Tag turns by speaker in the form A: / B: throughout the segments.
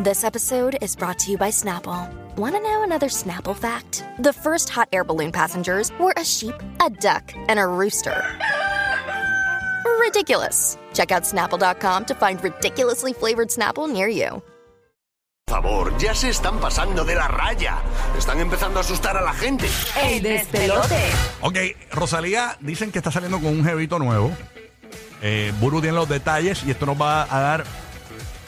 A: This episode is brought to you by Snapple. Want to know another Snapple fact? The first hot air balloon passengers were a sheep, a duck, and a rooster. Ridiculous. Check out snapple.com to find ridiculously flavored Snapple near you.
B: Por favor, ya se están pasando de la raya. Están empezando a asustar a la gente.
C: ¡Ey, despelote!
D: Ok, Rosalía, dicen que está saliendo con un jevito nuevo. Eh, Buru tiene los detalles y esto nos va a dar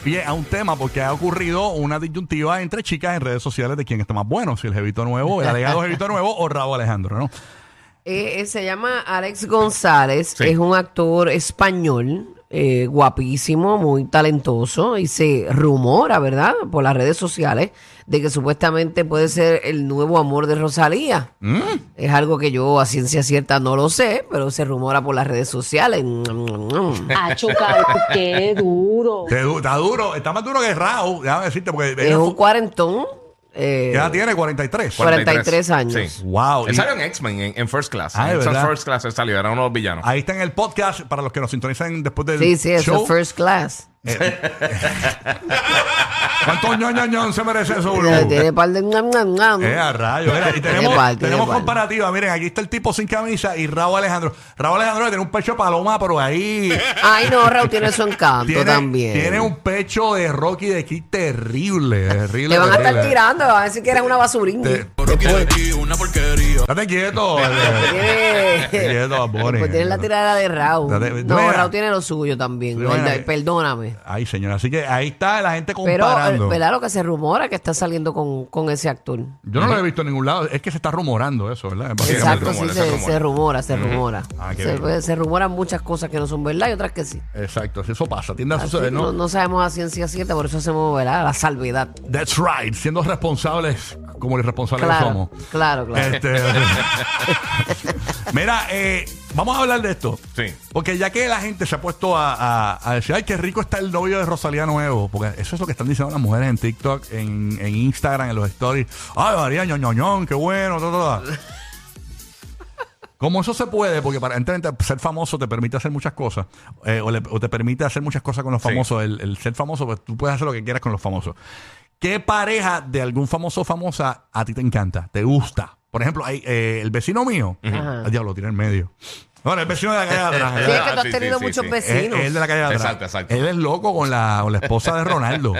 D: pie a un tema porque ha ocurrido una disyuntiva entre chicas en redes sociales de quién está más bueno, si el jevito nuevo, el alegado jevito nuevo o Rabo Alejandro, ¿no?
C: Eh, eh, se llama Alex González, es un actor español, eh, guapísimo, muy talentoso, y se rumora, ¿verdad?, por las redes sociales, de que supuestamente puede ser el nuevo amor de Rosalía.
D: Mm.
C: Es algo que yo a ciencia cierta no lo sé, pero se rumora por las redes sociales.
E: Acho, cabrón, qué duro.
D: Te du- Está duro, está más duro que Rabo, déjame decirte, porque
C: es un cuarentón, eh,
D: ya tiene 43.
C: 43 años.
F: Sí.
D: Wow.
F: Él
D: y-
F: salió en X-Men, en, en First Class.
D: Ah,
F: en
D: ¿de
F: X-Men
D: verdad?
F: First Class él salió, era uno de los villanos.
D: Ahí está en el podcast para los que nos sintonizan después del
C: Sí, sí, es
D: show.
C: el first class.
D: ¿Cuántos ñoñoñón se merece eso, Buru?
C: Tiene par de... ñam, ñam, ñam.
D: Eh, a rayos. Mira, y tenemos,
C: Tiene pal, tiene
D: tenemos
C: pal.
D: comparativa. Miren, aquí está el tipo sin camisa y Raúl Alejandro. Raúl Alejandro tiene un pecho de paloma, pero ahí.
C: Ay, no, Raúl tiene su encanto
D: tiene,
C: también.
D: tiene un pecho de Rocky de Kid terrible. Terrible.
C: Le van a estar
D: terrible.
C: tirando, le van a decir que eres una basurín.
D: Te- Estate quieto.
C: Tiene-
D: Estate quieto, Bad Bunny.
C: Pues tiene la tirada de Raúl.
D: Date-
C: No,
D: Mira.
C: Raúl tiene lo suyo también.
D: Mira.
C: ¿verdad? Perdóname.
D: Ay, señor. Así que ahí está la gente
C: Pero,
D: comparando.
C: eh, ¿verdad? Lo que se rumora que está saliendo con, con ese actor.
D: Yo no lo he visto en ningún lado. Es que se está rumorando eso, ¿verdad? Básicamente.
C: Exacto, sí,
F: rumora,
C: se,
F: se
C: se rumora, se rumora.
D: Ah, qué
C: se,
D: bien.
C: se rumoran muchas cosas que no son verdad y otras que sí.
D: Exacto. sí, Eso pasa. Tiende a
C: Así
D: suceder,
C: Ah, no, no sabemos a ciencia cierta, por eso hacemos, ¿verdad? La salvedad.
D: That's right. Siendo responsables como irresponsables que
C: Claro,
D: somos.
C: claro, claro.
D: Este, mira, eh, vamos a hablar de esto.
F: Sí.
D: Porque ya que la gente se ha puesto a, a- a decir, ay, qué rico está el novio de Rosalía Nuevo. Porque eso es lo que están diciendo las mujeres en TikTok, en, en Instagram, en los stories. Ay, María ñoñoñón, qué bueno, ta, ta, ta". Como eso se puede, porque para entre- entre ser famoso te permite hacer muchas cosas, eh, o, le- o te permite hacer muchas cosas con los
F: Sí.
D: famosos, el, el ser famoso, pues tú puedes hacer lo que quieras con los famosos. ¿Qué pareja de algún famoso o famosa a ti te encanta? ¿Te gusta? Por ejemplo, hay, eh, el vecino mío.
C: Ajá.
D: Ah, diablo, tiene en medio. Bueno, el vecino de la calle de atrás.
C: Sí,
D: el-
C: es que tú has
F: sí,
C: tenido
F: sí,
C: muchos
F: sí.
C: vecinos.
D: el, el de la calle de atrás.
F: Exacto, exacto.
D: Él es loco con la, con la esposa de Ronaldo.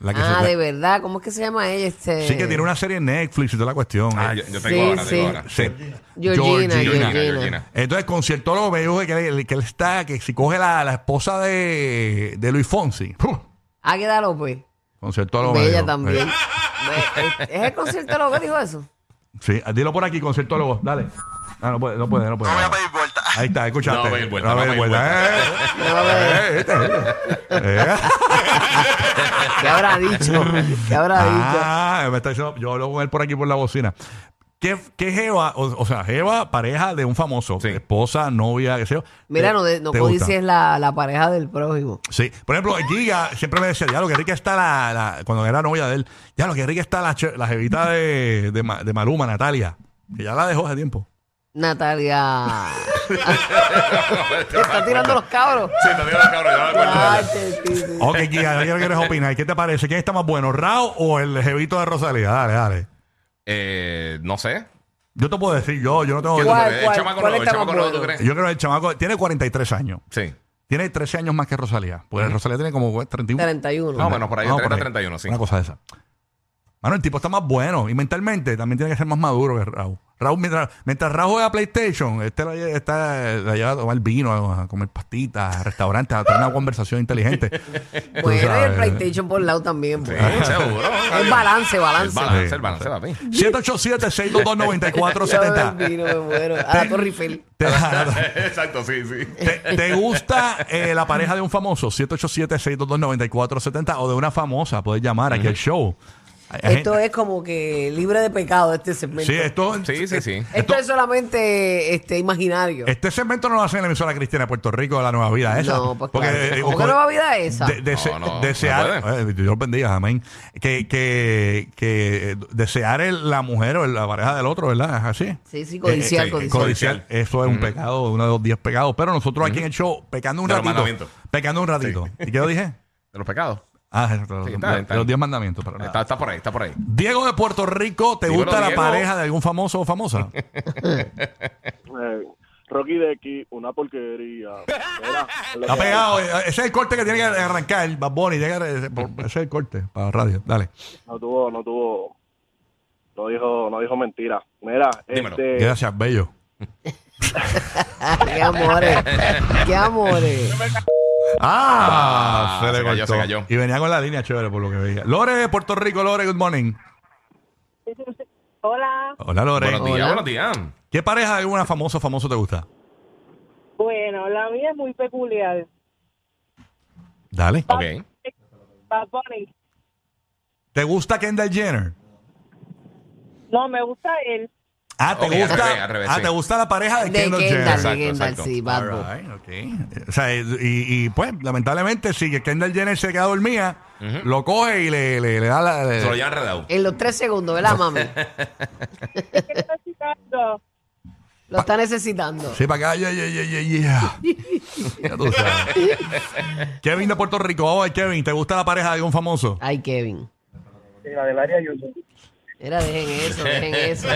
D: La que
C: ah,
D: se-
C: de verdad. ¿Cómo es que se llama ella? Este...
D: Sí, que tiene una serie en Netflix y toda la cuestión.
F: Ah,
D: Eh,
F: yo, yo tengo
C: Sí,
F: ahora,
C: sí.
F: tengo ahora.
D: se-
C: Georgina,
F: Georgina,
C: Georgina.
F: Georgina.
D: Entonces, conciertólogo me dijo que, él- que él está, que si coge la, la esposa de, de Luis Fonsi. ¡puf!
C: Águeda López.
D: Conciertólogo me
C: pues. Bella
D: dijo.
C: también.
D: Eh,
C: Ve, ¿Es el concierto lo que dijo eso?
D: Sí, dilo por aquí, conciertólogo, dale. Ah, no puede, no puede, no puede.
B: vuelta.
D: Ahí está, escuchaste.
F: No va a haber vuelta,
D: va a
F: no
D: haber
F: va a haber
D: vuelta. Eh, eh, eh, eh.
C: ¿Qué habrá dicho? ¿Qué habrá dicho?
D: Ah, me está diciendo, yo hablo con él por aquí por la bocina. ¿Qué, qué jeva, o, o sea, jeva, pareja de un famoso,
F: Sí.
D: esposa, novia, qué sé yo?
C: Mira,
D: te-
C: no, de- no
D: te gusta?
C: codicies la, la pareja del prójimo.
D: Sí, por ejemplo, Giga siempre me decía, ya lo que rica está la, la- cuando era novia de él, ya lo que rica está la, che- la jevita de, de, Ma- de Maluma, Natalia, que ya la dejó hace tiempo.
C: Natalia. Te está tirando los cabros.
F: Sí, te digo la cabra, yo no me acuerdo de
C: Ay, te-
F: ella.
C: te- te-
D: Ok, Giga, ya quiero que les opinar, ¿qué te parece? ¿Quién está más bueno, Rao o el jevito de Rosalía? Dale, dale.
F: Eh, no sé.
D: Yo te puedo decir, yo, yo no tengo...
F: ¿Qué tú
C: ¿Cuál,
F: crees?
C: cuál,
F: el chamaco
C: cuál
F: nuevo, el
C: está más
F: chamaco nuevo, ¿tú
C: bueno?
F: crees?
D: Yo creo que el chamaco tiene 43 años,
F: Sí.
D: tiene 13 años más que Rosalía, porque Rosalía tiene como 31.
C: 31.
F: No, bueno, por ahí,
D: Vamos
F: 30, 31, sí.
D: Una cosa de esa. Mano, el tipo está más bueno y mentalmente también tiene que ser más maduro que Raúl. Raúl, mientras, mientras Raúl juega PlayStation, este la, lle- está, la lleva a tomar vino, a comer pastitas, a restaurantes, a tener una conversación inteligente. Tú
C: bueno, y el
D: sabes.
C: PlayStation por el lado también.
F: Sí,
C: pues.
F: seguro.
C: Es balance,
F: El
C: balance.
F: balance,
D: Sí.
F: el balance, papi.
D: 787-622-9470.
C: Yo me muero. A la Torre Eiffel.
D: ¿Te,
F: Exacto, sí, sí.
D: te, te gusta eh, la pareja de un famoso? 787-622-9470 o de una famosa, puedes llamar aquí al show. Hay- hay
C: Esto
D: gente-
C: es como que libre de pecado este segmento.
D: Sí, esto,
F: Sí, sí, sí.
C: Esto es solamente este imaginario.
D: Este segmento no lo hacen en la emisora cristiana de Puerto Rico, la nueva vida esa.
C: No, pues
D: Porque,
C: claro.
D: eh,
C: ¿Cómo que
D: ocurre-
C: nueva vida esa?
D: de- dese-
F: No, no, no
D: desear, eh, Dios bendiga, amén. Que, que, que eh, desear el- la mujer o el- la pareja del otro, ¿verdad? Es así.
C: Sí, sí, codiciar,
F: Eh, eh,
C: codiciar.
D: Codiciar, eso es un pecado, uno de los 10 pecados. Pero nosotros aquí en el show, pecando un
F: De los
D: ratito.
F: mandamientos.
D: Pecando un ratito. ¿Y qué lo dije?
F: De los pecados.
D: Ah, exacto, los,
F: Sí, está bien, está
D: los
F: bien.
D: diez mandamientos. pero nada.
F: Está, está por ahí, está por ahí.
D: Diego de Puerto Rico, ¿te
F: Dímelo,
D: gusta la
F: Diego.
D: pareja de algún famoso o famosa?
G: Eh, Rocky de aquí, una porquería. Era, lo
D: Está
G: que-
D: pegado. eh, Ese es el corte que tiene que arrancar. Bad Bunny, tiene que- ese es el corte para radio. Dale.
G: No tuvo, no tuvo, no dijo, no dijo mentira. Mira,
F: Dímelo.
G: este,
D: Gracias, bello.
C: Qué amores. Qué amores.
D: Ah,
F: Ah, se cayó, se cayó.
D: Y venía con la línea chévere por lo que veía. Lore de Puerto Rico, Lore, good morning.
H: Hola,
D: Hola, Lore.
F: Buenos días,
C: Hola.
F: buenos días.
D: ¿Qué pareja de alguna famoso o famoso te gusta?
H: bueno, la mía es muy peculiar.
D: Dale.
F: Ok.
H: Bad Bunny,
D: ¿Te gusta Kendall Jenner?
H: no me gusta él.
D: Ah, ¿te
F: Ok, al
D: gusta?
F: revés, al revés,
D: ah,
F: sí.
D: ¿te gusta la pareja de,
C: De
D: Kendall,
C: Kendall,
D: Jenner?
C: de
F: Exacto,
C: Kendall,
F: exacto.
C: sí, Bad Bunny.
D: All right, ok. O sea, y, y, pues, lamentablemente, si que Kendall Jenner se queda dormida, lo coge y le, le, le da la... le-
F: Se lo llevan enredado.
C: En los tres segundos, ¿verdad, mami?
H: ¿Qué está citando?
C: Lo está necesitando.
D: Sí, para acá. Yeah, yeah, yeah, yeah, yeah. ya tú sabes. Kevin de Puerto Rico. Vamos a ver, Kevin, ¿te gusta la pareja de algún famoso?
C: Ay, Kevin.
G: la del área Yusuf.
C: Era, dejen eso, dejen eso.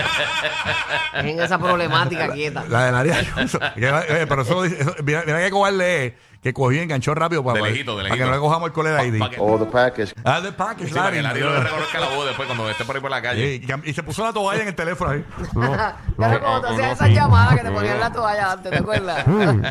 C: dejen esa problemática quieta.
D: La del área. Ayuso. Que va- eh, pero eso, eso- mira, mira qué cobarde es, que cogió y enganchó rápido para,
F: De lejito, de
D: para que
F: lejito.
D: no le cojamos el colera ID.
F: Pa- pa' que-
B: O the package.
D: Ah, de package,
F: sí, para que el
D: Larry.
F: área no le reconozca la voz después cuando esté por ahí por la calle.
D: Sí, y cam- y se puso la toalla en el teléfono ahí.
C: Claro, como tú hacías esas llamadas que te ponían la toalla antes, ¿te acuerdas?
D: Mm.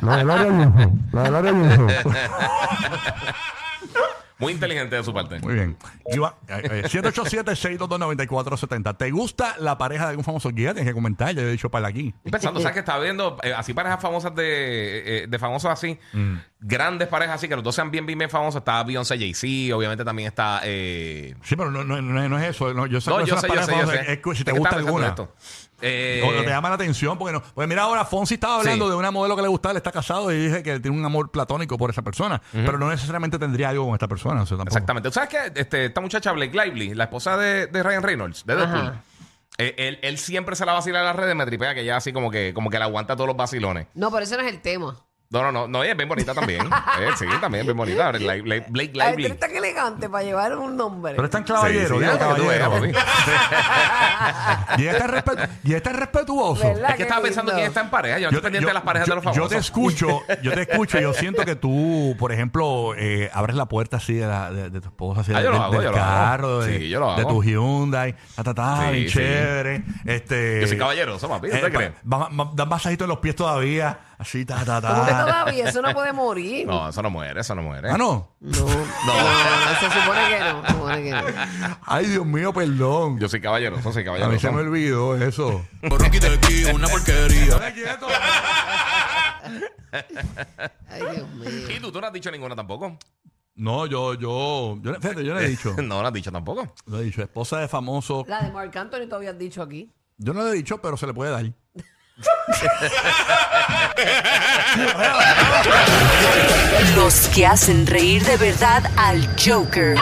F: Muy inteligente de su parte.
D: Muy bien. Iba- eh, eh, 787-622-9470. ¿Te gusta la pareja de algún famoso guía? Tienes que comentar, ya he dicho para aquí.
F: Pensando, ¿sabes que estaba viendo? eh, así parejas famosas de, eh, de famosos así,
D: Mm.
F: grandes parejas así, que los dos sean bien, bien, bien famosos. Está Beyoncé Jay-Z, obviamente también está. Eh,
D: Sí, pero no, no, no, no es eso. no, yo sé
F: no,
D: que
F: yo
D: son
F: sé,
D: las
F: yo sé,
D: parejas
F: yo sé.
D: famosas, es que si
F: Es
D: te
F: que
D: gusta
F: estaba
D: alguna.
F: pensando en esto. Eh,
D: O- o te llama la atención porque no. Pues mira, ahora Fonsi estaba hablando
F: Sí.
D: de una modelo que le gustaba, le está casado y dice que tiene un amor platónico por esa persona, pero no necesariamente tendría algo con esta persona. o sea, tampoco.
F: Exactamente. ¿Tú sabes que este, esta muchacha, Blake Lively, la esposa de, de Ryan Reynolds, de Deadpool,
C: Ajá.
F: eh, él, él siempre se la vacila en las redes, me tripea que ya así como que, como que la aguanta todos los vacilones.
C: No, pero ese no es el tema.
F: No, no, no, no, ella es bien bonita también. Eh, sí, también es bien bonita. Blake, Blake- Blake
C: Ay,
F: Lively.
C: tú eres tan elegante para llevar un nombre.
D: Pero es tan
F: Sí,
D: caballero,
F: sí,
D: digo,
F: es lo que tú
D: caballero.
F: eres, papi.
D: y es tan respetu- y es tan respetuoso.
C: ¿Verdad?
F: Es que
C: Qué
F: estaba pensando
C: lindo.
F: quién está en pareja. Yo no estoy pendiente de las parejas
D: yo-
F: de los
D: yo te
F: famosos.
D: escucho, yo te escucho y yo siento que tú, por ejemplo, eh, abres la puerta así de, la- de- de tu esposa, así
F: Ah,
D: de-
F: yo lo
D: del-
F: hago,
D: del
F: yo lo hago.
D: carro, de,
F: Sí, yo lo
D: de
F: hago.
D: tu Hyundai, ta, ta, ta,
F: Sí,
D: bien
F: sí.
D: chévere. Este,
F: Yo soy caballero, eso, papi, ¿tú te
D: eh,
F: crees?
D: va- va- va- Dan masajitos en los pies todavía, así, ta, ta,
C: Como que
D: ta.
C: todavía eso no puede morir.
F: No, eso no muere, eso no muere.
D: Ah, no.
C: No, no, no, se supone que no, se supone que no.
D: Ay, Dios mío, perdón.
F: Yo soy caballero, eso soy
D: A
F: caballero.
D: mí se me olvidó eso.
I: Rocky de aquí, una porquería.
C: Ay, Dios mío.
F: Y tú, tú no has dicho ninguna tampoco.
D: No, yo, yo, yo, fíjate, yo no he dicho.
F: No, no has dicho tampoco.
D: Lo he dicho, esposa de famoso.
C: La de Marc Anthony te habías dicho aquí.
D: Yo no lo he dicho, pero se le puede dar.
J: Los que hacen reír de verdad al Joker.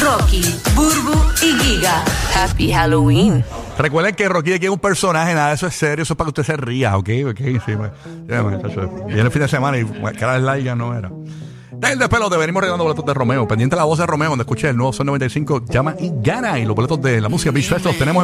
J: Rocky, Burbu y Giga. Happy Halloween.
D: Recuerden que Rocky aquí es un personaje, nada, eso es serio, eso es para que usted se ría, ¿ok? ok, sí, ma- sí, ma- eso- Viene el fin de semana y ma- cara de laica no era. Está en el despelo, te venimos regalando boletos de Romeo. Pendiente la voz de Romeo, donde escuché el nuevo Son 95, llama y gana. Y los boletos de la música Beach Fest los tenemos.